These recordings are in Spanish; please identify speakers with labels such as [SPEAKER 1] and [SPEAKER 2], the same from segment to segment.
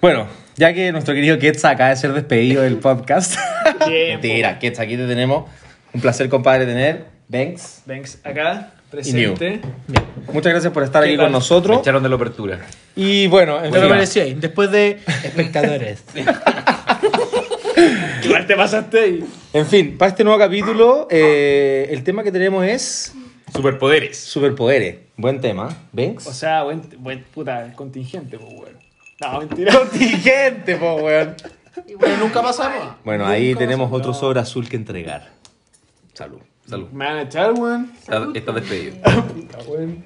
[SPEAKER 1] Bueno, ya que nuestro querido Ketsa acaba de ser despedido del podcast.
[SPEAKER 2] Bien,
[SPEAKER 1] Mentira, Ketsa, aquí te tenemos. Un placer, compadre, tener. Banks.
[SPEAKER 2] Banks acá, presente.
[SPEAKER 1] Muchas gracias por estar
[SPEAKER 2] ¿Qué
[SPEAKER 1] aquí
[SPEAKER 2] tal?
[SPEAKER 1] con
[SPEAKER 3] Me
[SPEAKER 1] nosotros.
[SPEAKER 3] echaron de la apertura.
[SPEAKER 1] Y bueno, en
[SPEAKER 4] Te lo
[SPEAKER 1] fin, este,
[SPEAKER 4] merecíais, después de espectadores.
[SPEAKER 2] Igual te pasaste ahí.
[SPEAKER 1] en fin, para este nuevo capítulo, eh, el tema que tenemos es
[SPEAKER 3] Superpoderes.
[SPEAKER 1] superpoderes. Buen tema, Banks.
[SPEAKER 2] O sea, buen, buen puta, contingente, pues, weón. No, mentira.
[SPEAKER 1] Contingente, po, weón.
[SPEAKER 4] Pero nunca pasamos.
[SPEAKER 1] Bueno, ahí tenemos otro sobre azul que entregar.
[SPEAKER 3] Salud. Salud.
[SPEAKER 2] Me van a echar, weón.
[SPEAKER 3] Está- Estás despedido.
[SPEAKER 2] Puta, weón.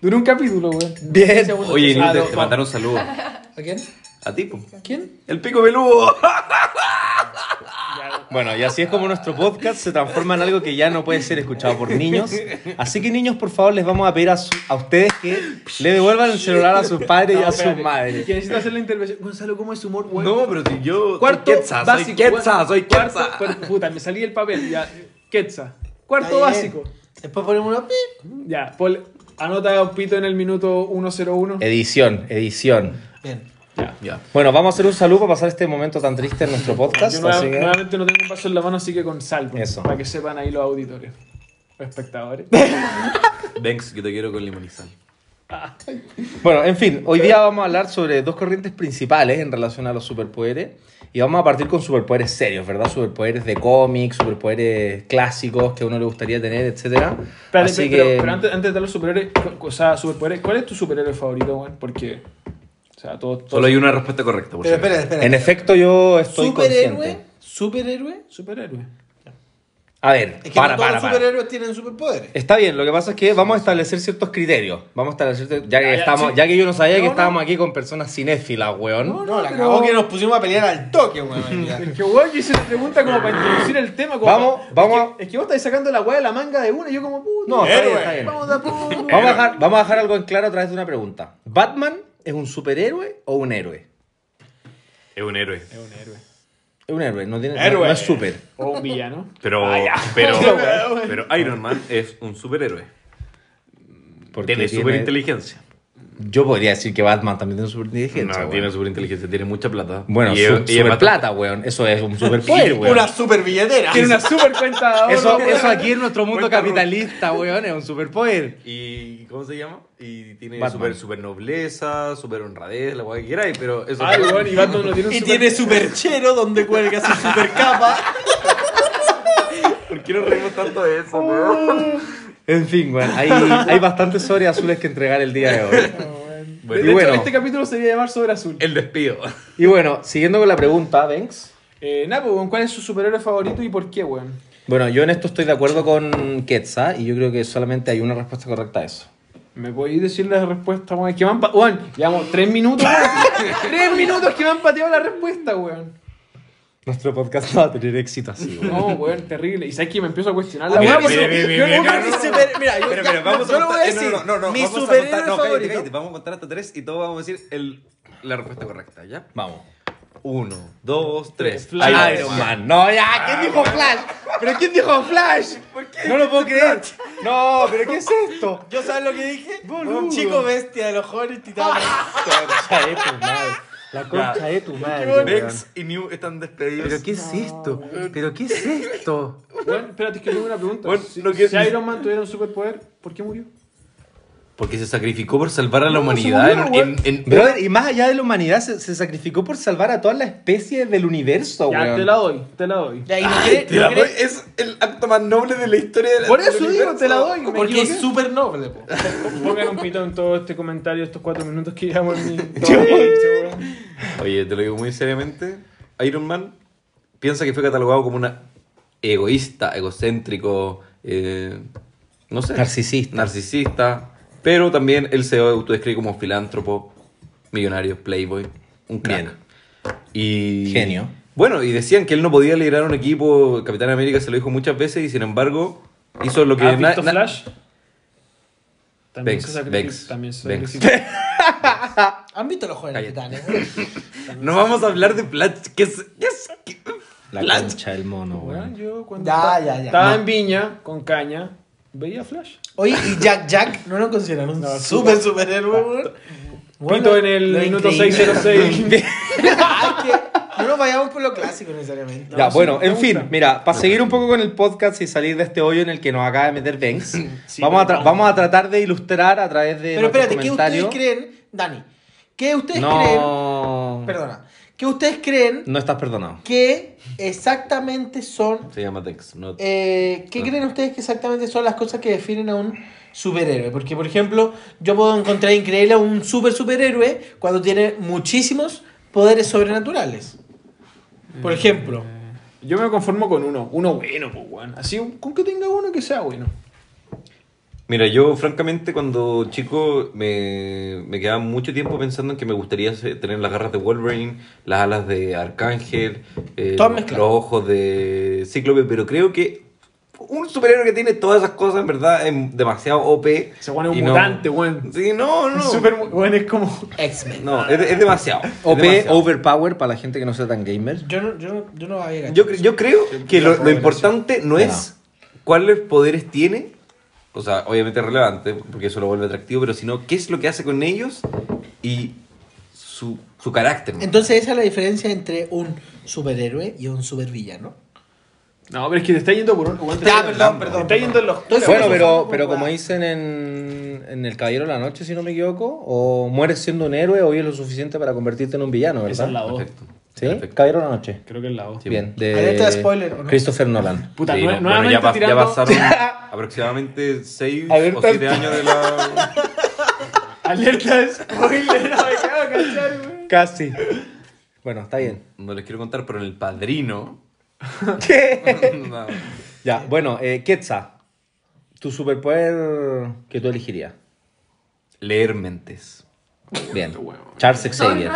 [SPEAKER 2] Duró un capítulo, weón.
[SPEAKER 1] Bien.
[SPEAKER 3] Oye,
[SPEAKER 2] Ah,
[SPEAKER 3] te,
[SPEAKER 2] no,
[SPEAKER 3] te
[SPEAKER 2] no.
[SPEAKER 3] mandaron saludos.
[SPEAKER 4] ¿A quién?
[SPEAKER 3] A ti, po.
[SPEAKER 4] ¿Quién?
[SPEAKER 3] El pico peludo.
[SPEAKER 2] Ya,
[SPEAKER 1] Bueno, y así es como nuestro podcast se transforma en algo que ya no puede ser escuchado por niños. Así que niños, por favor, les vamos a pedir a, su- a ustedes que le devuelvan el celular a sus padres y
[SPEAKER 2] No,
[SPEAKER 1] a sus
[SPEAKER 2] espérate.
[SPEAKER 1] madres.
[SPEAKER 2] Que necesito hacer la intervención. Gonzalo, ¿cómo es su humor, weón?
[SPEAKER 3] No, pero si yo.
[SPEAKER 2] Cuarto
[SPEAKER 3] soy Quetzal, soy
[SPEAKER 2] básico.
[SPEAKER 3] Quetzal, soy
[SPEAKER 2] Cuarto-
[SPEAKER 3] Quetzal.
[SPEAKER 2] cuarto- puta, me salí el papel. Ya, Quetzal. Cuarto
[SPEAKER 4] Está bien.
[SPEAKER 2] básico.
[SPEAKER 4] Después ponemos una pi.
[SPEAKER 2] Ya, Paul, anota un pito en el minuto 101.
[SPEAKER 3] Eh.
[SPEAKER 1] Edición, edición.
[SPEAKER 4] Bien.
[SPEAKER 3] Ya.
[SPEAKER 1] Bueno, vamos a hacer un saludo para pasar este momento tan triste en nuestro podcast.
[SPEAKER 2] Yo
[SPEAKER 1] así
[SPEAKER 2] nueva-
[SPEAKER 1] que-
[SPEAKER 2] nuevamente no tengo un vaso en la mano, así que con sal. pues,
[SPEAKER 1] Eso.
[SPEAKER 2] Para que sepan ahí los auditores. Los espectadores.
[SPEAKER 3] Banks, que te quiero con limonizal.
[SPEAKER 1] Bueno, en fin, hoy día vamos a hablar sobre dos corrientes principales en relación a los superpoderes. Y vamos a partir con superpoderes serios, ¿verdad? Superpoderes de cómics, superpoderes clásicos que a uno le gustaría tener, etc.
[SPEAKER 2] Espérate,
[SPEAKER 1] Así
[SPEAKER 2] pero,
[SPEAKER 1] que...
[SPEAKER 2] pero antes, antes de dar los superhéroes, cu- o sea, superpoderes, ¿cuál es tu superhéroe favorito, weón? Porque, o sea, todos... todos-
[SPEAKER 3] Solo hay una respuesta correcta, por
[SPEAKER 4] Pero
[SPEAKER 3] favor.
[SPEAKER 4] espera, espera.
[SPEAKER 1] En efecto, yo estoy
[SPEAKER 4] ¿Superhéroe?
[SPEAKER 1] consciente.
[SPEAKER 4] ¿Superhéroe?
[SPEAKER 2] Superhéroe.
[SPEAKER 1] A ver,
[SPEAKER 4] Es que
[SPEAKER 1] para,
[SPEAKER 4] no todos
[SPEAKER 1] para,
[SPEAKER 4] los
[SPEAKER 1] para.
[SPEAKER 4] superhéroes tienen superpoderes.
[SPEAKER 1] Está bien, lo que pasa es que vamos a establecer ciertos criterios. Vamos a establecer... Ya que,
[SPEAKER 3] Ah,
[SPEAKER 2] Ya, ya,
[SPEAKER 1] estamos,
[SPEAKER 2] sí.
[SPEAKER 1] ya que yo no sabía
[SPEAKER 2] No,
[SPEAKER 1] que
[SPEAKER 2] no.
[SPEAKER 1] estábamos aquí con personas cinéfilas, weón.
[SPEAKER 2] No,
[SPEAKER 4] No, la
[SPEAKER 2] pero-
[SPEAKER 4] cagó que nos pusimos a pelear al toque, weón. ya.
[SPEAKER 2] Que weón, yo hice la pregunta como para introducir el tema. Como
[SPEAKER 1] Vamos,
[SPEAKER 2] para-
[SPEAKER 1] vamos
[SPEAKER 2] Es que, es que vos estáis sacando la weá de la manga de una y yo como, puta.
[SPEAKER 1] No, está bien,
[SPEAKER 4] Héroe.
[SPEAKER 1] está bien.
[SPEAKER 2] Vamos a puta.
[SPEAKER 1] Vamos a, dejar, vamos a dejar algo en claro a través de una pregunta. ¿Batman es un superhéroe o un héroe?
[SPEAKER 3] Es un héroe.
[SPEAKER 2] Es un héroe.
[SPEAKER 1] Es un héroe, no, tiene, no-
[SPEAKER 4] Héroe.
[SPEAKER 1] no es super.
[SPEAKER 2] O un villano.
[SPEAKER 3] Pero,
[SPEAKER 2] Ah, ya.
[SPEAKER 3] pero,
[SPEAKER 2] Sí, weón.
[SPEAKER 3] pero Iron Man es un superhéroe.
[SPEAKER 1] Porque
[SPEAKER 3] Tiene superinteligencia.
[SPEAKER 1] Yo podría decir que Batman también tiene superinteligencia.
[SPEAKER 3] No,
[SPEAKER 1] weón.
[SPEAKER 3] tiene superinteligencia, tiene mucha plata.
[SPEAKER 1] Bueno,
[SPEAKER 3] Y
[SPEAKER 1] su-
[SPEAKER 3] es- y es
[SPEAKER 1] super
[SPEAKER 3] bastante-
[SPEAKER 1] plata, weón. Eso es un superpoder, weón.
[SPEAKER 4] Una super billetera.
[SPEAKER 2] Tiene una super cuenta de ahorro,
[SPEAKER 1] Eso,
[SPEAKER 2] weón.
[SPEAKER 1] eso aquí en nuestro mundo
[SPEAKER 3] Cuenta,
[SPEAKER 1] capitalista, weón, es un superpoder.
[SPEAKER 3] ¿Y cómo se llama? Y tiene
[SPEAKER 1] Batman.
[SPEAKER 3] super, super nobleza, super honradez, la weá que queráis, pero eso
[SPEAKER 2] Ay, weón, y Batman no tiene un
[SPEAKER 4] Y
[SPEAKER 2] super-
[SPEAKER 4] tiene superchero donde cuelga su supercapa.
[SPEAKER 3] ¿Por qué nos reímos tanto de eso, weón?
[SPEAKER 1] En fin, weón, hay, hay bastantes sobres azules que entregar el día de hoy.
[SPEAKER 2] De,
[SPEAKER 1] Y
[SPEAKER 2] de
[SPEAKER 1] bueno.
[SPEAKER 2] hecho, este capítulo se iba a llamar Sobre Azul.
[SPEAKER 3] El despido.
[SPEAKER 1] Y bueno, siguiendo con la pregunta, Banks.
[SPEAKER 2] Eh, Napo, weón, ¿cuál es su superhéroe favorito y por qué, weón?
[SPEAKER 1] Bueno, yo en esto estoy de acuerdo con Ketsa y yo creo que solamente hay una respuesta correcta a eso.
[SPEAKER 2] ¿Me podéis decir la respuesta, weón? Que me han pa- Weón, llevamos tres minutos, weón. tres minutos que me han pateado la respuesta, weón.
[SPEAKER 1] Nuestro podcast no va a tener éxito así, weón.
[SPEAKER 2] No, weón, terrible. Y sabes que me empiezo a cuestionar la
[SPEAKER 3] Mira,
[SPEAKER 2] weón.
[SPEAKER 3] mira,
[SPEAKER 2] porque-
[SPEAKER 3] mira, mira,
[SPEAKER 2] yo-
[SPEAKER 3] mira,
[SPEAKER 4] Mi super- Mira, yo, ya, yo lo voy a decir. mi superhéroe favorito.
[SPEAKER 3] vamos a contar hasta tres y todos vamos a decir el, la respuesta correcta, ¿ya?
[SPEAKER 1] Vamos.
[SPEAKER 3] Uno, dos, tres.
[SPEAKER 2] Flash.
[SPEAKER 3] Iron
[SPEAKER 1] Iron Man. No, ya, ¿quién dijo Flash? ¿Pero quién dijo Flash? No lo puedo creer. No, pero ¿qué es esto?
[SPEAKER 4] ¿Yo sabes lo que dije?
[SPEAKER 1] Boludo.
[SPEAKER 4] Un chico bestia de los jóvenes
[SPEAKER 2] Ah.
[SPEAKER 4] titanes.
[SPEAKER 1] Concha de tu madre. La concha de tu madre.
[SPEAKER 3] Man.
[SPEAKER 1] weón.
[SPEAKER 3] Bex y New están despedidos.
[SPEAKER 1] ¿Pero qué es esto? ¿Pero qué es esto?
[SPEAKER 2] Weón, espérate, es que tengo una pregunta.
[SPEAKER 3] Weón,
[SPEAKER 2] si,
[SPEAKER 3] no quiero-
[SPEAKER 2] si Iron Man tuviera un superpoder, ¿por qué murió?
[SPEAKER 3] Porque se sacrificó por salvar a la
[SPEAKER 2] No,
[SPEAKER 3] humanidad
[SPEAKER 2] se murió,
[SPEAKER 3] en, en- en-
[SPEAKER 1] Brother, y más allá de la humanidad, se, se sacrificó por salvar a toda la especie del universo,
[SPEAKER 2] ya,
[SPEAKER 1] weón.
[SPEAKER 2] te la doy, te la doy.
[SPEAKER 4] Ya, y no quiere-
[SPEAKER 3] Te
[SPEAKER 4] no
[SPEAKER 3] la
[SPEAKER 4] quiere-
[SPEAKER 3] doy, es el acto más noble de la historia de la
[SPEAKER 2] Por eso digo, te la doy. me
[SPEAKER 4] Porque
[SPEAKER 2] equivoqué.
[SPEAKER 4] es súper noble, po.
[SPEAKER 2] Pongan un pito en todo este comentario, estos cuatro minutos que llevamos en mi.
[SPEAKER 3] Oye, te lo digo muy seriamente. Iron Man piensa que fue catalogado como una egoísta, egocéntrico, eh, no sé.
[SPEAKER 1] Narcisista.
[SPEAKER 3] Narcisista. Pero también él se autodescribe como filántropo, millonario, playboy, un crack.
[SPEAKER 1] Bien.
[SPEAKER 3] Y,
[SPEAKER 1] Genio.
[SPEAKER 3] Bueno, y decían que él no podía liderar un equipo. Capitán América se lo dijo muchas veces y sin embargo hizo lo que...
[SPEAKER 2] ¿Has
[SPEAKER 3] na-
[SPEAKER 2] visto
[SPEAKER 3] na-
[SPEAKER 2] Ah, Flash? También
[SPEAKER 3] Vex,
[SPEAKER 2] se sacrifica-
[SPEAKER 3] Vex,
[SPEAKER 2] También se
[SPEAKER 3] Vex.
[SPEAKER 2] sacrifica.
[SPEAKER 4] ¿Han visto los jóvenes
[SPEAKER 3] Cállate.
[SPEAKER 4] titanes? weón?
[SPEAKER 3] No vamos a hablar de Flash. ¿Qué es? ¿Qué es? ¿Qué-
[SPEAKER 1] La
[SPEAKER 3] Flash.
[SPEAKER 1] concha del mono,
[SPEAKER 2] Weón,
[SPEAKER 1] weón.
[SPEAKER 2] yo cuando
[SPEAKER 4] Ya,
[SPEAKER 2] estaba-
[SPEAKER 4] ya, ya.
[SPEAKER 2] estaba
[SPEAKER 4] No.
[SPEAKER 2] en Viña con caña, veía Flash.
[SPEAKER 4] Oye, y Jack Jack, ¿no lo consideran un super superhéroe, weón?
[SPEAKER 2] Pito en el
[SPEAKER 5] lo
[SPEAKER 2] minuto
[SPEAKER 5] increíble.
[SPEAKER 2] 606.
[SPEAKER 5] Ay, que no nos vayamos por lo clásico necesariamente.
[SPEAKER 1] Ya, bueno,
[SPEAKER 2] me
[SPEAKER 1] en fin,
[SPEAKER 2] gusta.
[SPEAKER 1] mira, para seguir un poco con el podcast y salir de este hoyo en el que nos acaba de meter Banks, vamos, a tra- vamos a tratar de ilustrar a través de.
[SPEAKER 5] Pero espérate, ¿qué
[SPEAKER 1] nuestros
[SPEAKER 5] ustedes
[SPEAKER 1] comentarios.
[SPEAKER 5] creen, Dani? ¿Qué ustedes
[SPEAKER 1] No.
[SPEAKER 5] creen? Perdona. ¿Qué ustedes creen
[SPEAKER 1] No estás perdonado.
[SPEAKER 5] que exactamente son
[SPEAKER 3] Se llama Tex, no
[SPEAKER 5] Eh, ¿Qué creen ustedes que exactamente son las cosas que definen a un superhéroe? Porque, por ejemplo, yo puedo encontrar increíble a un super superhéroe cuando tiene muchísimos poderes sobrenaturales. Por
[SPEAKER 1] Mm.
[SPEAKER 5] ejemplo,
[SPEAKER 2] Yo me conformo con uno. Uno bueno, pues, weón. Así, con que tenga uno que sea bueno.
[SPEAKER 3] Mira, yo francamente cuando chico me, me quedaba mucho tiempo pensando en que me gustaría ser- tener las garras de Wolverine, las alas de Arcángel, eh,
[SPEAKER 5] Todas
[SPEAKER 3] los,
[SPEAKER 5] mezcladas.
[SPEAKER 3] los ojos de Cíclope, pero creo que un superhéroe que tiene todas esas cosas en verdad es demasiado OP.
[SPEAKER 2] Se pone un
[SPEAKER 3] y no-
[SPEAKER 2] mutante, weón.
[SPEAKER 3] Sí, no, no.
[SPEAKER 2] Super, weón, es como.
[SPEAKER 5] X-Men.
[SPEAKER 3] No, es, es demasiado. es
[SPEAKER 1] OP,
[SPEAKER 3] demasiado.
[SPEAKER 1] Overpower, para la gente que no sea tan gamer.
[SPEAKER 5] Yo no, yo no, yo no había
[SPEAKER 3] Yo, cre- yo creo que lo, lo importante no
[SPEAKER 1] Ya
[SPEAKER 3] es cuáles poderes tiene, o sea, obviamente es relevante, porque eso lo vuelve atractivo, pero sino qué es lo que hace con ellos y su, su carácter. ¿no?
[SPEAKER 5] Entonces, esa es la diferencia entre un superhéroe y un supervillano.
[SPEAKER 2] No, pero es que te está yendo por un. weón, te
[SPEAKER 5] Ya,
[SPEAKER 2] está-
[SPEAKER 5] perdón,
[SPEAKER 2] te
[SPEAKER 5] perdón,
[SPEAKER 2] Está yendo en los.
[SPEAKER 5] Entonces,
[SPEAKER 1] Bueno,
[SPEAKER 5] eso
[SPEAKER 1] pero,
[SPEAKER 5] son
[SPEAKER 1] pero como
[SPEAKER 5] weá.
[SPEAKER 1] dicen en, en El Caballero de la Noche, si no me equivoco, o mueres siendo un héroe o es lo suficiente para convertirte en un villano, ¿verdad?
[SPEAKER 2] Esa es la dos.
[SPEAKER 3] Perfecto.
[SPEAKER 1] ¿Sí?
[SPEAKER 3] Perfecto.
[SPEAKER 1] Caballero de la Noche.
[SPEAKER 2] Creo que es la voz.
[SPEAKER 3] Sí.
[SPEAKER 1] Bien, de
[SPEAKER 5] Alerta de spoiler, ¿o no?
[SPEAKER 1] Christopher Nolan.
[SPEAKER 2] Puta,
[SPEAKER 3] Sí,
[SPEAKER 2] nue-
[SPEAKER 3] no, bueno,
[SPEAKER 2] nuevamente
[SPEAKER 3] ya, pas- ya
[SPEAKER 2] tirando.
[SPEAKER 3] pasaron aproximadamente 6
[SPEAKER 1] A ver,
[SPEAKER 3] o 7
[SPEAKER 1] tanto.
[SPEAKER 3] años de la...
[SPEAKER 2] Alerta de spoiler. no me cago, cachar, weón.
[SPEAKER 1] Casi. Bueno, está bien.
[SPEAKER 3] No les quiero contar, pero en El Padrino... No.
[SPEAKER 1] Ya, bueno, eh, Quetzal, tu superpoder que tú elegirías.
[SPEAKER 3] Leer mentes.
[SPEAKER 1] Bien. Charles Xavier.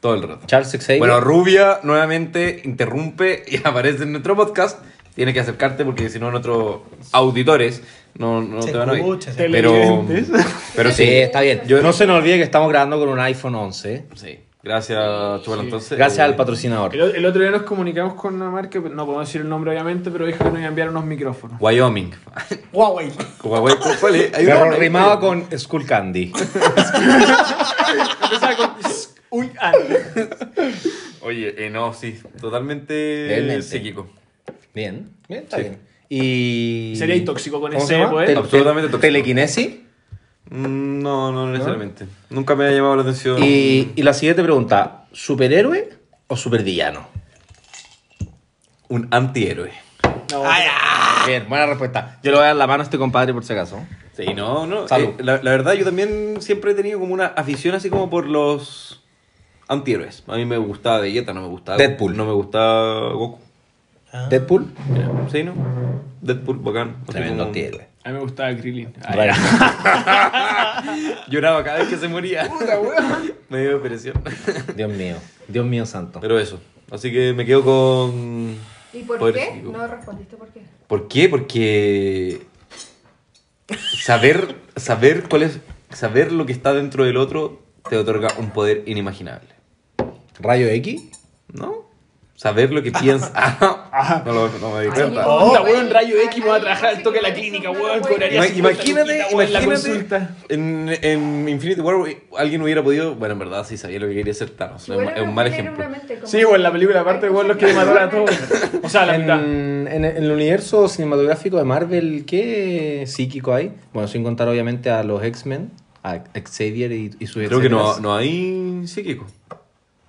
[SPEAKER 3] Todo el rato.
[SPEAKER 1] Charles Xavier.
[SPEAKER 3] Bueno, Rubia nuevamente interrumpe y aparece en nuestro podcast. Tienes que acercarte porque si no nuestros auditores no, no
[SPEAKER 5] Se
[SPEAKER 3] te van a oír.
[SPEAKER 5] escucha, se
[SPEAKER 3] Pero,
[SPEAKER 2] Televidentes.
[SPEAKER 3] pero
[SPEAKER 1] sí,
[SPEAKER 3] sí.
[SPEAKER 1] está bien.
[SPEAKER 3] Yo-
[SPEAKER 1] no se nos olvide que estamos grabando con un iPhone 11.
[SPEAKER 3] sí. Gracias, Chupal, entonces.
[SPEAKER 1] Gracias
[SPEAKER 3] eh,
[SPEAKER 1] al patrocinador.
[SPEAKER 2] El, o- el otro día nos comunicamos con una marca, pero no podemos decir el nombre obviamente, pero dijo que nos iba a enviar unos micrófonos.
[SPEAKER 3] Eh, Wyoming.
[SPEAKER 5] Huawei.
[SPEAKER 3] Huawei, ¿cuál es? Hay
[SPEAKER 1] Pero
[SPEAKER 3] una-
[SPEAKER 1] rimaba con Skull Candy.
[SPEAKER 2] Empezaba con un an.
[SPEAKER 3] Oye, eh, no, sí.
[SPEAKER 1] Realmente.
[SPEAKER 3] Totalmente psíquico.
[SPEAKER 1] Bien. Bien, está bien. Y...
[SPEAKER 2] Sería intóxico con
[SPEAKER 1] ¿Cómo
[SPEAKER 2] ese pues.
[SPEAKER 1] se llama?
[SPEAKER 2] poder.
[SPEAKER 1] Tel-
[SPEAKER 3] Absolutamente tóxico.
[SPEAKER 1] Telequinesis.
[SPEAKER 3] Mm, No, no necesariamente. Nunca me ha llamado la atención.
[SPEAKER 1] Y, y la siguiente pregunta, ¿superhéroe o supervillano?
[SPEAKER 3] Un antihéroe.
[SPEAKER 2] No,
[SPEAKER 1] Bien, buena respuesta. Yo le voy a dar la mano a este compadre por si acaso.
[SPEAKER 3] Sí, no, no.
[SPEAKER 1] Salud.
[SPEAKER 3] Eh, la, la verdad, yo también siempre he tenido como una afición así como por los antihéroes. A mí me gustaba Vegeta, no me gustaba.
[SPEAKER 1] Deadpool.
[SPEAKER 3] Goku, no me gustaba Goku.
[SPEAKER 1] Deadpool. Mm.
[SPEAKER 3] Mira, Sí, ¿no? Deadpool, bacán. Así
[SPEAKER 1] Tremendo
[SPEAKER 3] como-
[SPEAKER 1] antihéroe.
[SPEAKER 2] A mí me gustaba Krillin. Ay,
[SPEAKER 1] Bueno.
[SPEAKER 3] Lloraba cada vez que se moría. me dio depresión.
[SPEAKER 1] Dios mío, Dios mío santo.
[SPEAKER 3] Pero eso. Así que me quedo con.
[SPEAKER 6] ¿Y por
[SPEAKER 3] Poder
[SPEAKER 6] qué?
[SPEAKER 3] psíquico.
[SPEAKER 6] No respondiste por qué.
[SPEAKER 3] ¿Por qué? Porque saber, saber cuál es, saber lo que está dentro del otro te otorga un poder inimaginable.
[SPEAKER 1] ¿Rayo X?
[SPEAKER 3] ¿No? Saber lo que piensa. Ah, no, lo- no me di cuenta.
[SPEAKER 6] Ay,
[SPEAKER 2] Puta,
[SPEAKER 6] güey.
[SPEAKER 2] weón, rayo X, me voy a
[SPEAKER 6] Ay,
[SPEAKER 2] trabajar al
[SPEAKER 6] sí,
[SPEAKER 2] toque de la
[SPEAKER 6] que
[SPEAKER 2] clínica,
[SPEAKER 6] eso no
[SPEAKER 2] weón,
[SPEAKER 6] lo puede
[SPEAKER 2] cobraría
[SPEAKER 3] Ima-
[SPEAKER 6] creer.
[SPEAKER 2] 50
[SPEAKER 3] imagínate,
[SPEAKER 2] luquitas, weón, la
[SPEAKER 3] imagínate
[SPEAKER 2] consulta.
[SPEAKER 3] en, en Infinity War alguien hubiera podido, bueno, en verdad sí sabía lo que quería hacer Thanos, no es,
[SPEAKER 6] Bueno,
[SPEAKER 3] ma- es un
[SPEAKER 6] no
[SPEAKER 3] mal
[SPEAKER 6] tener
[SPEAKER 3] ejemplo.
[SPEAKER 6] una mente como-
[SPEAKER 2] Sí, weón, la película aparte, weón, los quiere matar a todos. O sea, la
[SPEAKER 1] En,
[SPEAKER 2] mitad.
[SPEAKER 1] en- en el universo cinematográfico de Marvel, ¿qué psíquico hay? Bueno, sin contar obviamente a los X-Men, a Xavier y, y sus
[SPEAKER 3] Creo que no,
[SPEAKER 1] etcéteras.
[SPEAKER 3] no hay psíquico.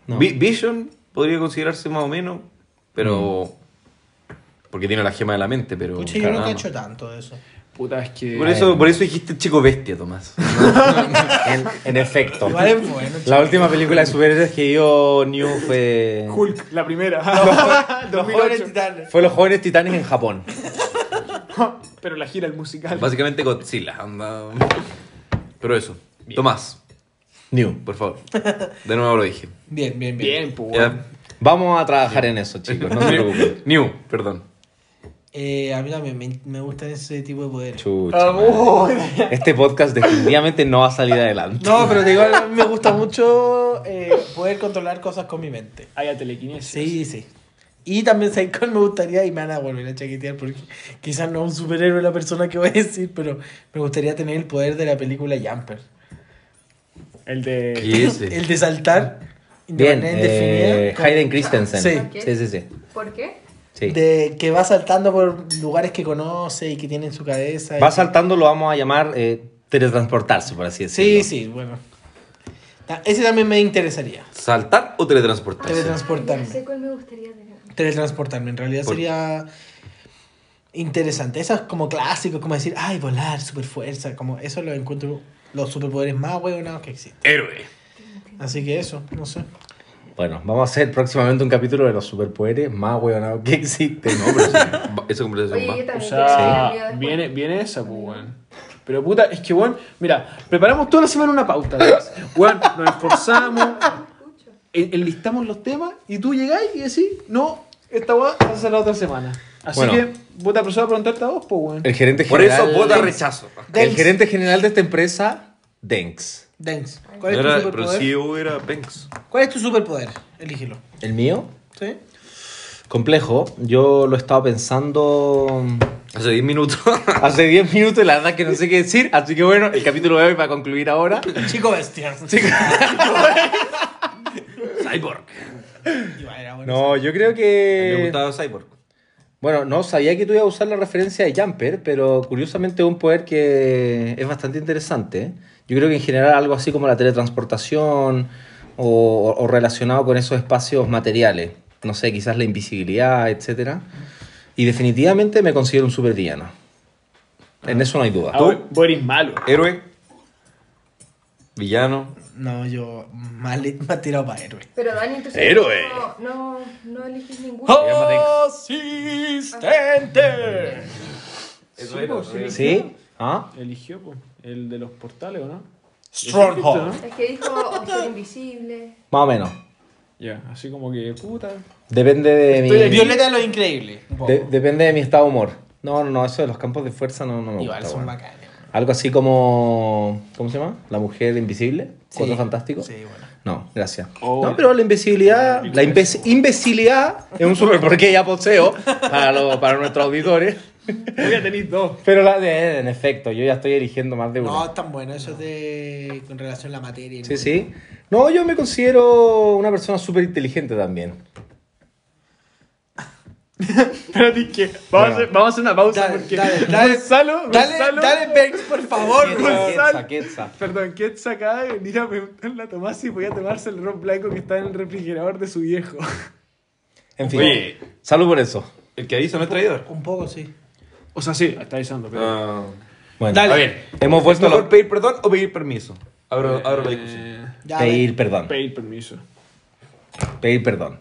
[SPEAKER 1] No.
[SPEAKER 3] Vi- Vision podría considerarse más o menos, pero porque tiene la gema de la mente, pero
[SPEAKER 5] Mm. Pucha, yo
[SPEAKER 3] claro,
[SPEAKER 5] no
[SPEAKER 3] nada
[SPEAKER 5] cacho tanto de eso.
[SPEAKER 2] Puta, es que.
[SPEAKER 3] más. Por eso, por eso dijiste chico bestia, Tomás.
[SPEAKER 1] En, en efecto.
[SPEAKER 5] Igual es bueno.
[SPEAKER 1] La última película de superhéroes que vio New fue...
[SPEAKER 2] Hulk, la primera.
[SPEAKER 5] Los jóvenes
[SPEAKER 2] 2008.
[SPEAKER 5] titanes.
[SPEAKER 1] Fue Los Jóvenes Titanes en Japón.
[SPEAKER 2] Pero la gira, el musical.
[SPEAKER 3] Básicamente Godzilla, anda. Pero eso, Tomás,
[SPEAKER 1] New.
[SPEAKER 3] por favor. De nuevo lo dije.
[SPEAKER 5] Bien, bien, bien.
[SPEAKER 2] Bien, pues, weón.
[SPEAKER 3] Ya.
[SPEAKER 1] Vamos a trabajar en eso, chicos. No se preocupen.
[SPEAKER 3] New, perdón.
[SPEAKER 5] Eh, a mí también me, me gustan ese tipo de poderes.
[SPEAKER 1] Chucha, madre. este podcast definitivamente no va a salir adelante.
[SPEAKER 5] No, pero te digo, a mí me gusta mucho eh, poder controlar cosas con mi mente.
[SPEAKER 2] Hay a telequinesis.
[SPEAKER 5] Sí, sí. Y también sé cuál me gustaría, y me van a volver a chaquetear porque quizás no es un superhéroe la persona que voy a decir, pero me gustaría tener el poder de la película Jumper.
[SPEAKER 2] El de.
[SPEAKER 3] ¿Qué es ese?
[SPEAKER 5] El de saltar.
[SPEAKER 1] Bien,
[SPEAKER 5] de manera
[SPEAKER 1] eh,
[SPEAKER 5] indefinida.
[SPEAKER 1] Hayden Christensen.
[SPEAKER 5] Sí.
[SPEAKER 1] sí, sí. sí.
[SPEAKER 6] ¿Por qué?
[SPEAKER 1] sí.
[SPEAKER 5] De que va saltando por lugares que conoce y que tiene en su cabeza. y-
[SPEAKER 1] Va saltando, lo vamos a llamar eh, teletransportarse, por así decirlo.
[SPEAKER 5] Sí, sí, bueno. Ta- Ese también me interesaría.
[SPEAKER 3] ¿Saltar o teletransportarse?
[SPEAKER 6] No sé
[SPEAKER 5] Teletransportarme.
[SPEAKER 6] cuál me gustaría tener.
[SPEAKER 5] Teletransportarme, en realidad
[SPEAKER 3] Por-
[SPEAKER 5] sería interesante. Esas como clásicos, como decir, ay, volar, super fuerza. Como eso lo encuentro los superpoderes más huevonados que existen.
[SPEAKER 3] Héroe.
[SPEAKER 5] Así que eso, no sé.
[SPEAKER 1] Bueno, vamos a hacer próximamente un capítulo de los superpoderes más huevonados que existen.
[SPEAKER 3] No, pero esa- esa
[SPEAKER 6] Oye, yo
[SPEAKER 3] conversación va.
[SPEAKER 6] también
[SPEAKER 2] O
[SPEAKER 6] quiero tener
[SPEAKER 2] sea,
[SPEAKER 6] vida después.
[SPEAKER 2] viene, viene esa, pues, weón. Pero puta, es que, weón, mira, preparamos toda la semana una pauta. ¿ves? Weón, nos esforzamos,
[SPEAKER 6] Escucho.
[SPEAKER 2] en- enlistamos los temas y tú llegás y decís, no, esta weá va a ser la otra semana. Así
[SPEAKER 1] Bueno. Eh,
[SPEAKER 2] que, puta, profesor, a preguntarte a vos, pues, weón.
[SPEAKER 1] El gerente
[SPEAKER 3] Por
[SPEAKER 1] general.
[SPEAKER 3] eso vota rechazo.
[SPEAKER 1] El
[SPEAKER 5] Denks.
[SPEAKER 1] gerente general de esta empresa, Denks.
[SPEAKER 5] Denks.
[SPEAKER 3] No
[SPEAKER 5] ¿Cuál es tu
[SPEAKER 3] era, pero
[SPEAKER 5] superpoder?
[SPEAKER 3] sí era Banks.
[SPEAKER 5] ¿Cuál es tu superpoder? Elígelo.
[SPEAKER 1] ¿El mío?
[SPEAKER 5] ¿Sí?
[SPEAKER 1] Complejo. Yo lo estaba pensando
[SPEAKER 3] Hace 10 minutos.
[SPEAKER 1] hace 10 minutos y la verdad que no sé qué decir. Así que bueno, el capítulo de hoy va a concluir ahora.
[SPEAKER 5] Chico bestia.
[SPEAKER 3] Cyborg.
[SPEAKER 5] Era bueno.
[SPEAKER 1] No, yo creo
[SPEAKER 3] Me
[SPEAKER 1] que...
[SPEAKER 3] gustaba Cyborg.
[SPEAKER 1] Bueno, no sabía que tú ibas a usar la referencia de Jumper, pero curiosamente es un poder que es bastante interesante. ¿eh? Yo creo que en general algo así como la teletransportación o, o relacionado con esos espacios materiales, no sé, quizás la invisibilidad, etcétera. Y definitivamente me considero un supervillano. En eso no hay duda.
[SPEAKER 2] Ah, weón, vos eres malo.
[SPEAKER 3] Héroe. Villano.
[SPEAKER 5] No, yo mal, me ha tirado para héroe.
[SPEAKER 6] Pero Dani, tú
[SPEAKER 3] Héroe.
[SPEAKER 6] No, no, no eliges ninguno.
[SPEAKER 2] ¡Oh!
[SPEAKER 5] ¡Oh! ¡Asistente!
[SPEAKER 3] Eso era.
[SPEAKER 1] pues, ¿Sí? ¿Ah?
[SPEAKER 2] Eligió, pues, el de los portales, ¿o no?
[SPEAKER 5] Stronghold.
[SPEAKER 6] Es que dijo o ser invisible.
[SPEAKER 1] Más o menos.
[SPEAKER 2] Ya, así como que, puta.
[SPEAKER 1] Depende de mi,
[SPEAKER 2] Estoy
[SPEAKER 5] Violeta de lo increíble. un poco.
[SPEAKER 1] de- depende de mi estado de humor. No, no, no, eso de los campos de fuerza no, no me
[SPEAKER 5] Igual
[SPEAKER 1] gusta,
[SPEAKER 5] son
[SPEAKER 1] bueno.
[SPEAKER 5] bacanes.
[SPEAKER 1] Algo así como. ¿Cómo se llama? La mujer invisible. Cuatro
[SPEAKER 5] Sí.
[SPEAKER 1] fantásticos.
[SPEAKER 5] Sí, bueno.
[SPEAKER 1] No, gracias.
[SPEAKER 2] Oh.
[SPEAKER 1] No, pero la invisibilidad. La imbec- imbecilidad es un super porque ya poseo para, lo- para nuestros auditores.
[SPEAKER 2] Voy a tener dos.
[SPEAKER 1] Pero la de, en efecto, yo ya estoy eligiendo más de uno.
[SPEAKER 5] No, es tan bueno eso es de con relación a la materia.
[SPEAKER 1] Sí, sí. No, yo me considero una persona súper inteligente también.
[SPEAKER 2] Espérate, que vamos, a hacer, vamos a hacer una pausa
[SPEAKER 5] Dale,
[SPEAKER 2] porque
[SPEAKER 5] dale, dale.
[SPEAKER 2] Gonzalo,
[SPEAKER 5] Dale,
[SPEAKER 2] Gonzalo-
[SPEAKER 5] dale, Banks, por favor.
[SPEAKER 2] Gonzalo.
[SPEAKER 1] quetza.
[SPEAKER 2] Perdón, ¿qué acaba de venir a preguntarle a Tomás si podía tomarse el ron blanco que está en el refrigerador de su viejo?
[SPEAKER 1] En fin.
[SPEAKER 3] Oye.
[SPEAKER 1] Salud por eso.
[SPEAKER 3] El que avisa no es traidor.
[SPEAKER 5] Un poco, sí.
[SPEAKER 2] O sea, sí, está avisando, pero.
[SPEAKER 3] Ah.
[SPEAKER 1] Bueno,
[SPEAKER 5] Dale.
[SPEAKER 3] A ver.
[SPEAKER 1] hemos
[SPEAKER 3] ¿Es
[SPEAKER 1] vuelto a
[SPEAKER 3] mejor
[SPEAKER 1] lo-
[SPEAKER 3] pedir perdón o pedir permiso? Abro, abro la discusión.
[SPEAKER 2] Eh,
[SPEAKER 5] Ya,
[SPEAKER 1] pedir perdón.
[SPEAKER 2] pedir permiso.
[SPEAKER 1] Pedir perdón.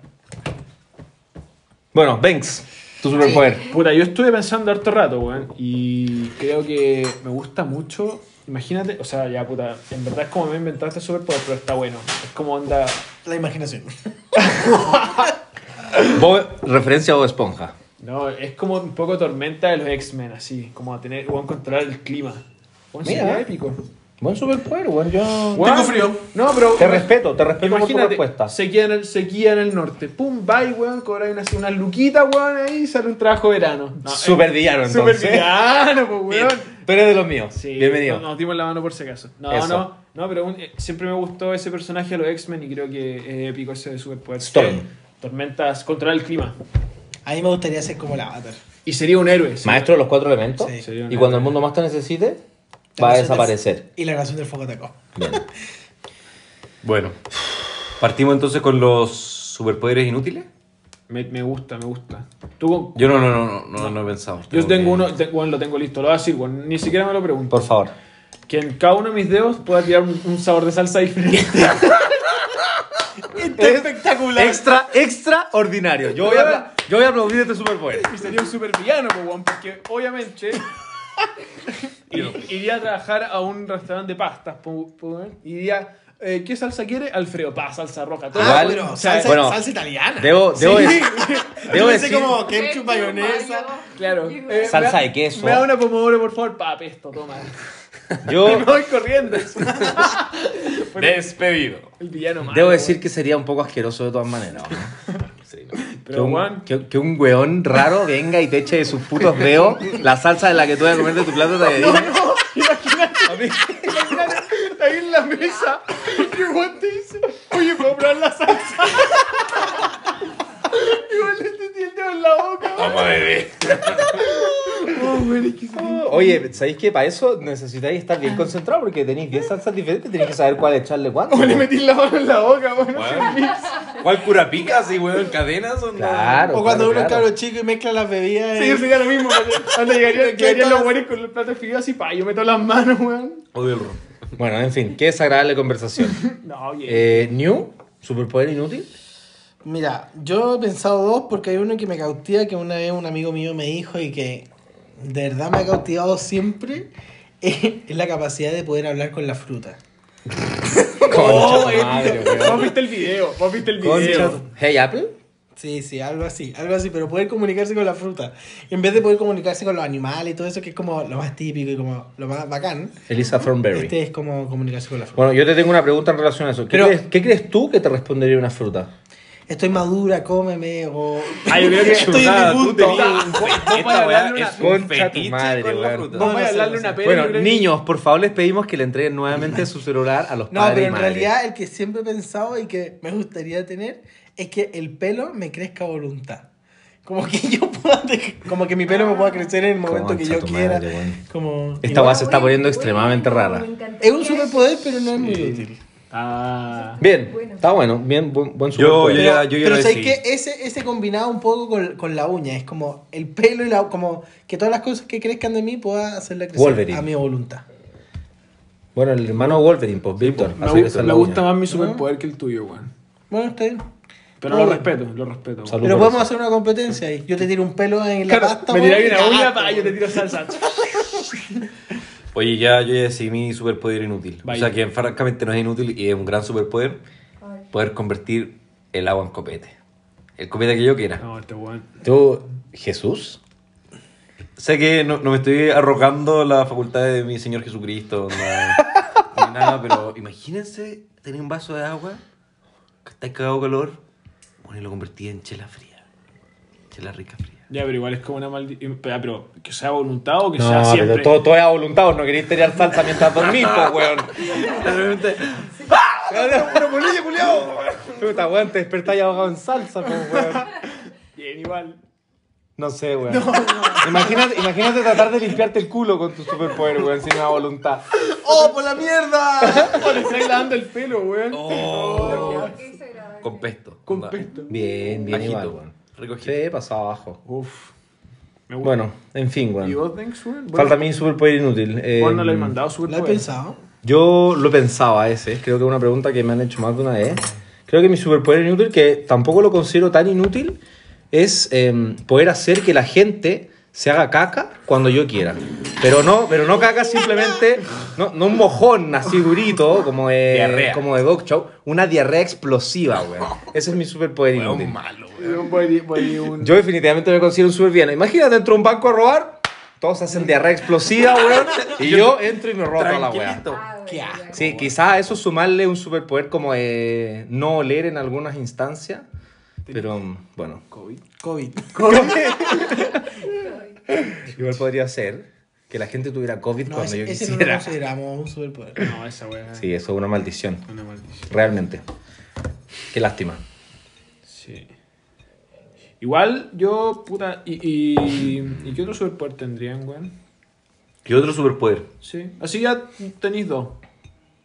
[SPEAKER 1] Bueno, Banks, tu superpoder.
[SPEAKER 2] Puta, yo estuve pensando harto rato, weón. Y creo que me gusta mucho. Imagínate, o sea, ya puta, en verdad es como me inventaste superpoder, pero está bueno. Es como onda.
[SPEAKER 5] La imaginación.
[SPEAKER 1] Bob- referencia a Bob Esponja.
[SPEAKER 2] No, es como un poco tormenta de los X-Men, así. Como a tener, weón, controlar el clima. Weón,
[SPEAKER 1] Mira.
[SPEAKER 2] sería épico.
[SPEAKER 1] Buen superpoder, weón. Yo...
[SPEAKER 2] Weón,
[SPEAKER 5] frío.
[SPEAKER 2] No, pero.
[SPEAKER 1] Te respeto, te respeto por tu
[SPEAKER 2] Imagínate,
[SPEAKER 1] respuesta.
[SPEAKER 2] sequía en, el, sequía en el norte. Pum, bye, weón, cobráis unas una luquitas, weón, ahí sale un trabajo de verano. No,
[SPEAKER 1] Supervillano,
[SPEAKER 2] eh, Super
[SPEAKER 1] entonces.
[SPEAKER 2] villano, pues, weón.
[SPEAKER 1] Tú eres de los míos.
[SPEAKER 2] Sí,
[SPEAKER 1] Bienvenido.
[SPEAKER 2] no, Nos dimos la mano por si acaso. No,
[SPEAKER 1] Eso.
[SPEAKER 2] no, no, pero un- eh, siempre me gustó ese personaje de los X-Men y creo que es épico ese de superpoder.
[SPEAKER 1] Storm.
[SPEAKER 2] Eh, Tormentas, controlar el clima.
[SPEAKER 5] A mí me gustaría ser como el avatar.
[SPEAKER 2] Y sería un héroe. sí.
[SPEAKER 1] Maestro de los cuatro elementos.
[SPEAKER 5] Sí.
[SPEAKER 2] Sería un
[SPEAKER 1] Y cuando
[SPEAKER 2] héroe.
[SPEAKER 1] el mundo más te necesite, va
[SPEAKER 5] La
[SPEAKER 1] a
[SPEAKER 5] canción del-
[SPEAKER 1] desaparecer.
[SPEAKER 5] Y la canción del fuego atacó.
[SPEAKER 1] Bien.
[SPEAKER 3] Bueno. Partimos entonces con los superpoderes inútiles.
[SPEAKER 2] Me, me gusta, me gusta. Tú,
[SPEAKER 3] Yo no, no, no, no, no, no he pensado.
[SPEAKER 2] yo tengo
[SPEAKER 3] que-
[SPEAKER 2] uno, te- weón, lo tengo listo, lo voy a decir, weón, ni siquiera me lo pregunto.
[SPEAKER 1] Por favor.
[SPEAKER 2] Que en cada uno de mis dedos pueda tirar un, un sabor de salsa diferente.
[SPEAKER 5] espectacular.
[SPEAKER 1] Extra, extraordinario. Yo voy a, apla- yo voy a aplaudir este superpoder.
[SPEAKER 2] Y sería un supervillano, po, weón, porque obviamente ir- iría a trabajar a un restaurante de pastas, po, po, weón, y diría, eh, ¿qué salsa quiere? Alfredo, pa, salsa roja, todo.
[SPEAKER 5] Ah,
[SPEAKER 1] Igual,
[SPEAKER 5] pero
[SPEAKER 1] o
[SPEAKER 2] sea,
[SPEAKER 5] salsa,
[SPEAKER 1] bueno,
[SPEAKER 5] salsa italiana.
[SPEAKER 1] Debo, debo, decir-
[SPEAKER 5] Yo
[SPEAKER 1] debo
[SPEAKER 5] pensé
[SPEAKER 1] decir.
[SPEAKER 5] como ketchup, mayonesa.
[SPEAKER 2] Claro.
[SPEAKER 6] Y-
[SPEAKER 2] eh,
[SPEAKER 1] Salsa
[SPEAKER 2] me da-
[SPEAKER 1] de queso.
[SPEAKER 2] Me da una pomodoro, por favor, pa, pesto, toma. Y
[SPEAKER 1] Yo
[SPEAKER 2] me voy corriendo. Pero
[SPEAKER 3] Despedido.
[SPEAKER 2] el villano malo,
[SPEAKER 1] debo
[SPEAKER 2] weón.
[SPEAKER 1] decir que sería un poco asqueroso de todas maneras. ¿no?
[SPEAKER 3] Sí.
[SPEAKER 1] que,
[SPEAKER 2] Pero,
[SPEAKER 1] un,
[SPEAKER 2] Juan,
[SPEAKER 1] que, que un weón raro venga y te eche de sus putos dedos la salsa de la que tú vas a comer de tu plato de tallarines.
[SPEAKER 2] imagínate, imagínate, ahí en la mesa,
[SPEAKER 1] Oye, ¿sabéis que para eso necesitáis estar bien concentrado? Porque tenéis 10 salsas diferentes, tenéis que saber cuál echarle cuánto.
[SPEAKER 2] O le
[SPEAKER 1] po.
[SPEAKER 2] metís la mano en la boca, bueno.
[SPEAKER 3] Weón. ¿Cuál curapica así, weón? ¿Cadenas o no?
[SPEAKER 1] Claro.
[SPEAKER 5] O cuando uno
[SPEAKER 1] claro,
[SPEAKER 5] es
[SPEAKER 1] claro.
[SPEAKER 5] cabro chico y mezcla las bebidas.
[SPEAKER 2] Sí,
[SPEAKER 5] eh.
[SPEAKER 2] yo sería lo mismo. porque Antes llegaría- llegarían los güeyes con el plato de fideos así, pa, yo meto las manos, weón.
[SPEAKER 3] Odio el ron.
[SPEAKER 1] Bueno, en fin, qué desagradable conversación.
[SPEAKER 2] No, oye.
[SPEAKER 1] Eh, New, superpoder inútil.
[SPEAKER 5] Mira, yo he pensado dos porque hay uno que me cautiva, que una vez un amigo mío me dijo y que de verdad me ha cautivado siempre, es la capacidad de poder hablar con la fruta.
[SPEAKER 1] Concha tu
[SPEAKER 2] eh,
[SPEAKER 1] madre,
[SPEAKER 2] Vos
[SPEAKER 1] weón.
[SPEAKER 2] viste el video, vos viste el
[SPEAKER 1] Oh, Concha.
[SPEAKER 2] video.
[SPEAKER 1] tu- Hey, Apple.
[SPEAKER 5] Sí, sí, algo así, algo así, pero poder comunicarse con la fruta. En vez de poder comunicarse con los animales y todo eso, que es como lo más típico y como lo más bacán,
[SPEAKER 1] Elisa Thornberry.
[SPEAKER 5] este es como comunicarse con la fruta.
[SPEAKER 1] Bueno, yo te tengo una pregunta en relación a eso. ¿Qué,
[SPEAKER 5] Pero-
[SPEAKER 1] crees, qué crees tú que te respondería una fruta?
[SPEAKER 5] Estoy madura, cómeme, o...
[SPEAKER 2] Ah, yo creo que-
[SPEAKER 5] estoy en mi
[SPEAKER 3] Chutada, tú
[SPEAKER 5] punto.
[SPEAKER 3] tenías un fe-
[SPEAKER 2] para
[SPEAKER 3] Ah, Esta weá
[SPEAKER 2] darle
[SPEAKER 3] es
[SPEAKER 1] una-
[SPEAKER 3] un
[SPEAKER 1] Concha tu
[SPEAKER 3] fetiche
[SPEAKER 1] madre,
[SPEAKER 3] con la
[SPEAKER 1] weón.
[SPEAKER 3] fruta.
[SPEAKER 5] No,
[SPEAKER 2] Vamos a
[SPEAKER 5] sé,
[SPEAKER 2] hablarle
[SPEAKER 5] no
[SPEAKER 2] una
[SPEAKER 5] sé.
[SPEAKER 2] pera. yo
[SPEAKER 1] bueno,
[SPEAKER 2] creo que-
[SPEAKER 1] niños, por favor les pedimos que le entreguen nuevamente su celular a los
[SPEAKER 5] No,
[SPEAKER 1] padres.
[SPEAKER 5] pero
[SPEAKER 1] y
[SPEAKER 5] en
[SPEAKER 1] madres.
[SPEAKER 5] realidad el que siempre he pensado y que me gustaría tener es que el pelo me crezca a voluntad. Como que yo pueda, dej- como que mi pelo me pueda crecer en el momento que
[SPEAKER 1] Concha
[SPEAKER 5] yo
[SPEAKER 1] tu
[SPEAKER 5] quiera.
[SPEAKER 1] madre, weón.
[SPEAKER 5] como
[SPEAKER 1] Esta
[SPEAKER 5] Igual-
[SPEAKER 1] guasa está poniendo extremadamente rara.
[SPEAKER 5] es un superpoder, pero no es muy útil.
[SPEAKER 2] Ah.
[SPEAKER 1] Bien,
[SPEAKER 6] Bueno.
[SPEAKER 1] está bueno, bien, buen, buen
[SPEAKER 3] Yo,
[SPEAKER 1] superpoder.
[SPEAKER 3] yo ya, yo ya
[SPEAKER 5] pero
[SPEAKER 3] lo
[SPEAKER 5] sabéis
[SPEAKER 3] decidí.
[SPEAKER 5] que ese, ese combinado un poco con, con la uña, es como el pelo y la como que todas las cosas que crezcan de mí pueda hacerla crecer
[SPEAKER 1] Wolverine.
[SPEAKER 5] a mi voluntad.
[SPEAKER 1] Bueno, el hermano Wolverine, pues, Víctor.
[SPEAKER 2] Me,
[SPEAKER 1] hace
[SPEAKER 2] gu-
[SPEAKER 1] crecer
[SPEAKER 2] me
[SPEAKER 1] la
[SPEAKER 2] gusta
[SPEAKER 1] uña.
[SPEAKER 2] más mi superpoder que el tuyo, weón.
[SPEAKER 5] Bueno, está bien.
[SPEAKER 2] Pero lo
[SPEAKER 5] Muy bien.
[SPEAKER 2] respeto, lo respeto. weón.
[SPEAKER 1] Salud.
[SPEAKER 5] Pero
[SPEAKER 1] por
[SPEAKER 5] podemos
[SPEAKER 1] eso.
[SPEAKER 5] hacer una competencia ahí. Yo te tiro un pelo en la
[SPEAKER 2] Claro,
[SPEAKER 5] pasta.
[SPEAKER 2] me
[SPEAKER 5] weón,
[SPEAKER 2] tiráis
[SPEAKER 5] y
[SPEAKER 2] una uña,
[SPEAKER 5] cagaste,
[SPEAKER 2] pa, yo te
[SPEAKER 5] weón.
[SPEAKER 2] tiro salsa.
[SPEAKER 3] Oye, ya, yo ya decidí mi superpoder inútil.
[SPEAKER 2] Vaya.
[SPEAKER 3] O sea, que francamente no es inútil y es un gran superpoder.
[SPEAKER 6] Ay.
[SPEAKER 3] Poder convertir el agua en copete. El copete que yo quiera.
[SPEAKER 2] No, este weón.
[SPEAKER 1] ¿Tú, Jesús?
[SPEAKER 3] Sé que no, no me estoy arrogando la facultad de mi Señor Jesucristo, no, ni nada, pero imagínense tener un vaso de agua, que está cagado calor, bueno, y lo convertí en chela fría. Chela rica fría.
[SPEAKER 2] Ya, pero igual es como una maldición. Pero que sea voluntad o que sea
[SPEAKER 1] No,
[SPEAKER 2] siempre.
[SPEAKER 1] pero todo, todo es a voluntad, vos no queréis tirar salsa mientras dormís, pues, weón. ¡Pero bolillo, culiao! Puta, weón, te despertáis ahogado en salsa, pues, weón.
[SPEAKER 2] Bien, igual.
[SPEAKER 1] No sé, weón. Imagínate, imagínate tratar de limpiarte el culo con tu superpoder, weón, sin una voluntad.
[SPEAKER 5] ¡Oh, por la mierda!
[SPEAKER 2] Oh, le estáis lavando el pelo, weón.
[SPEAKER 5] Oh,
[SPEAKER 6] Ay, qué desagradable.
[SPEAKER 3] Con pesto.
[SPEAKER 2] Con
[SPEAKER 3] onda.
[SPEAKER 2] pesto.
[SPEAKER 1] Bien, bien,
[SPEAKER 3] Ajito,
[SPEAKER 1] igual, weón.
[SPEAKER 3] rico ajito.
[SPEAKER 1] Sí, pasado abajo.
[SPEAKER 2] Uf. Me gusta.
[SPEAKER 1] Bueno, en fin,
[SPEAKER 2] ¿Y
[SPEAKER 1] weón.
[SPEAKER 2] vos, Denks, weón? Bueno,
[SPEAKER 1] Falta mi superpoder inútil. eh,
[SPEAKER 2] Vos no lo habéis mandado
[SPEAKER 5] ¿Lo he
[SPEAKER 2] superpoder.
[SPEAKER 5] pensado?
[SPEAKER 1] Yo lo pensaba ese, creo que es una pregunta que me han hecho más de una vez. Creo que mi superpoder inútil, que tampoco lo considero tan inútil, es em, poder hacer que la gente se haga caca cuando yo quiera. Pero no, pero no caca simplemente, no, no un mojón así durito, como de,
[SPEAKER 3] Diarrea.
[SPEAKER 1] como de Dog Show, una diarrea explosiva, güey. Ese es mi superpoder
[SPEAKER 3] Weón
[SPEAKER 1] inútil.
[SPEAKER 3] malo, weón.
[SPEAKER 2] Yo voy- voy un-
[SPEAKER 1] Yo definitivamente me considero un supervillano. Imagínate, entro a un banco a robar, todos hacen diarrea explosiva, weón, y yo entro y me robo toda la weá.
[SPEAKER 3] Tranquilito.
[SPEAKER 6] Ah,
[SPEAKER 5] Qué
[SPEAKER 6] bueno,
[SPEAKER 5] asco.
[SPEAKER 6] ya.
[SPEAKER 1] Sí, quizás a eso sumarle un superpoder como eh, no oler en algunas instancias. Pero mm, bueno,
[SPEAKER 2] COVID.
[SPEAKER 5] COVID.
[SPEAKER 1] igual podría ser que la gente tuviera COVID
[SPEAKER 5] No,
[SPEAKER 1] cuando yo
[SPEAKER 5] ese, ese no lo
[SPEAKER 1] quisiera.
[SPEAKER 5] consideramos un superpoder.
[SPEAKER 2] No, esa weá.
[SPEAKER 1] sí, eso es una maldición,
[SPEAKER 2] Una maldición.
[SPEAKER 1] realmente. Qué lástima.
[SPEAKER 2] Sí. Igual yo, puta. ¿Y, y, y qué otro superpoder tendrían, weón?
[SPEAKER 3] ¿Qué otro superpoder?
[SPEAKER 2] Sí. Así ya tenéis dos.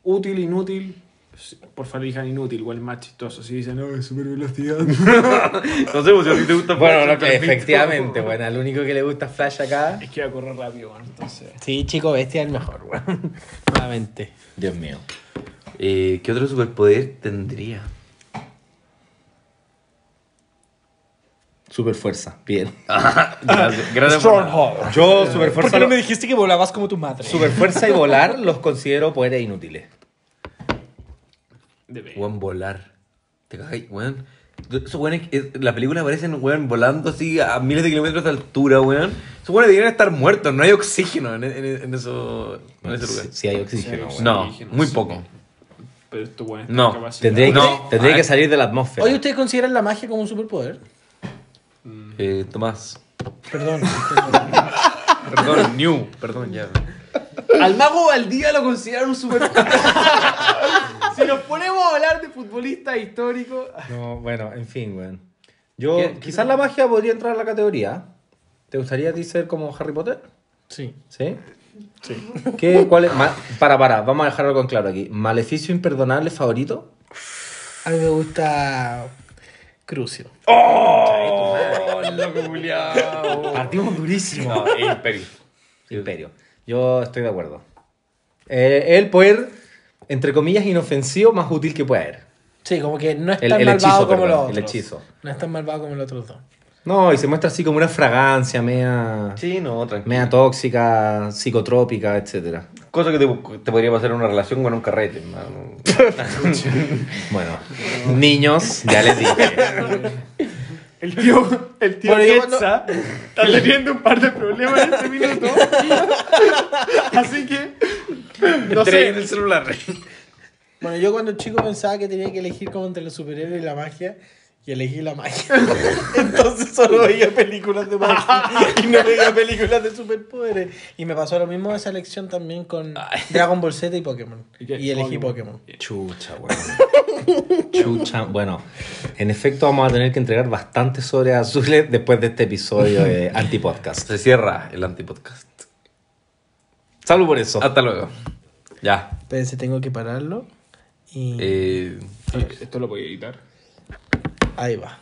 [SPEAKER 2] Útil, inútil. Sí, Por favor, elijan inútil, igual es más chistoso. Así dicen, no, es super velocidad.
[SPEAKER 3] No sé, pues, si a ti te gusta
[SPEAKER 1] Bueno,
[SPEAKER 3] Flash,
[SPEAKER 1] no, que
[SPEAKER 3] Carlito.
[SPEAKER 1] efectivamente, bueno, al único que le gusta Flash acá.
[SPEAKER 2] es que iba a correr rápido, weón. Entonces.
[SPEAKER 5] Sí, chico, bestia es el mejor, weón. Nuevamente.
[SPEAKER 1] Dios mío.
[SPEAKER 3] Eh, ¿Qué otro superpoder tendría?
[SPEAKER 1] Super fuerza, bien.
[SPEAKER 3] Gracias. gracias por nada.
[SPEAKER 5] Stronghold.
[SPEAKER 1] Yo, super
[SPEAKER 5] ¿Por
[SPEAKER 1] fuerza,
[SPEAKER 5] qué no me dijiste que volabas como tu madre?
[SPEAKER 1] y volar los considero poderes inútiles.
[SPEAKER 2] De ver.
[SPEAKER 3] Weón, volar. Te cagáis, weón. Esos weones, es- la película aparecen, weón, volando así a miles de kilómetros de altura, weón. Esos weones deberían estar muertos, no hay oxígeno en, en- en eso, en ese lugar.
[SPEAKER 1] Si, si hay oxígeno, weón.
[SPEAKER 3] no,
[SPEAKER 2] oxígeno,
[SPEAKER 3] muy
[SPEAKER 2] sí.
[SPEAKER 3] poco.
[SPEAKER 2] Pero esto, weón.
[SPEAKER 3] No.
[SPEAKER 1] Tendría, que,
[SPEAKER 3] No.
[SPEAKER 1] tendría que salir de la atmósfera.
[SPEAKER 5] Oye, ¿ustedes consideran la magia como un superpoder?
[SPEAKER 3] Eh, Tomás.
[SPEAKER 5] Perdón.
[SPEAKER 3] Perdón, New. Perdón, ya.
[SPEAKER 2] Al mago Valdía lo consideran un super. si nos ponemos a hablar de futbolista histórico.
[SPEAKER 1] No, bueno, en fin, weón. Yo,
[SPEAKER 3] ¿Qué-
[SPEAKER 1] quizás la magia podría entrar en la categoría. ¿Te gustaría a ti ser como Harry Potter?
[SPEAKER 5] Sí.
[SPEAKER 1] ¿Sí? Sí. ¿Qué, cuál es? Ma- para, para, vamos a dejar algo en claro aquí. ¿Maleficio imperdonable favorito?
[SPEAKER 5] A mí me gusta Crucio.
[SPEAKER 1] Oh. Partimos durísimo.
[SPEAKER 3] No, es Imperio.
[SPEAKER 1] Imperio. Yo estoy de acuerdo. Eh, el poder, entre comillas, inofensivo más útil que pueda haber.
[SPEAKER 5] Sí, como que no es
[SPEAKER 1] El-
[SPEAKER 5] tan
[SPEAKER 1] el
[SPEAKER 5] malvado
[SPEAKER 1] hechizo,
[SPEAKER 5] como
[SPEAKER 1] perdón,
[SPEAKER 5] los
[SPEAKER 1] el
[SPEAKER 5] otros.
[SPEAKER 1] hechizo.
[SPEAKER 5] No es tan malvado como los otros dos.
[SPEAKER 1] No, y se muestra así como una fragancia media,
[SPEAKER 3] Sí, no, tranquilo.
[SPEAKER 1] media tóxica, psicotrópica, etcétera.
[SPEAKER 3] Cosa que te, te podría pasar en una relación con un carrete, hermano.
[SPEAKER 1] Bueno, niños, ya les dije.
[SPEAKER 2] El tío, el tío
[SPEAKER 5] Bueno, yo
[SPEAKER 2] Quetza está teniendo un par de problemas en este minuto. Así que. No
[SPEAKER 3] Tres
[SPEAKER 2] sé.
[SPEAKER 3] el celular.
[SPEAKER 5] Bueno, yo cuando chico pensaba que tenía que elegir como entre los superhéroes y la magia. Y elegí la magia. Entonces solo veía películas de magia. Y no veía películas de superpoderes. Y me pasó lo mismo esa elección también con Dragon Ball Z y Pokémon.
[SPEAKER 2] Y-
[SPEAKER 5] Y elegí
[SPEAKER 2] Pokémon.
[SPEAKER 5] Pokémon.
[SPEAKER 1] Chucha, bueno. Chucha, bueno. En efecto, vamos a tener que entregar bastantes sobres azules después de este episodio de Antipodcast.
[SPEAKER 3] Se cierra el antipodcast.
[SPEAKER 1] Salud por eso.
[SPEAKER 3] Hasta luego. Ya.
[SPEAKER 5] Entonces tengo que pararlo. Y
[SPEAKER 3] Eh,
[SPEAKER 2] Esto lo voy a editar.
[SPEAKER 5] ahí va.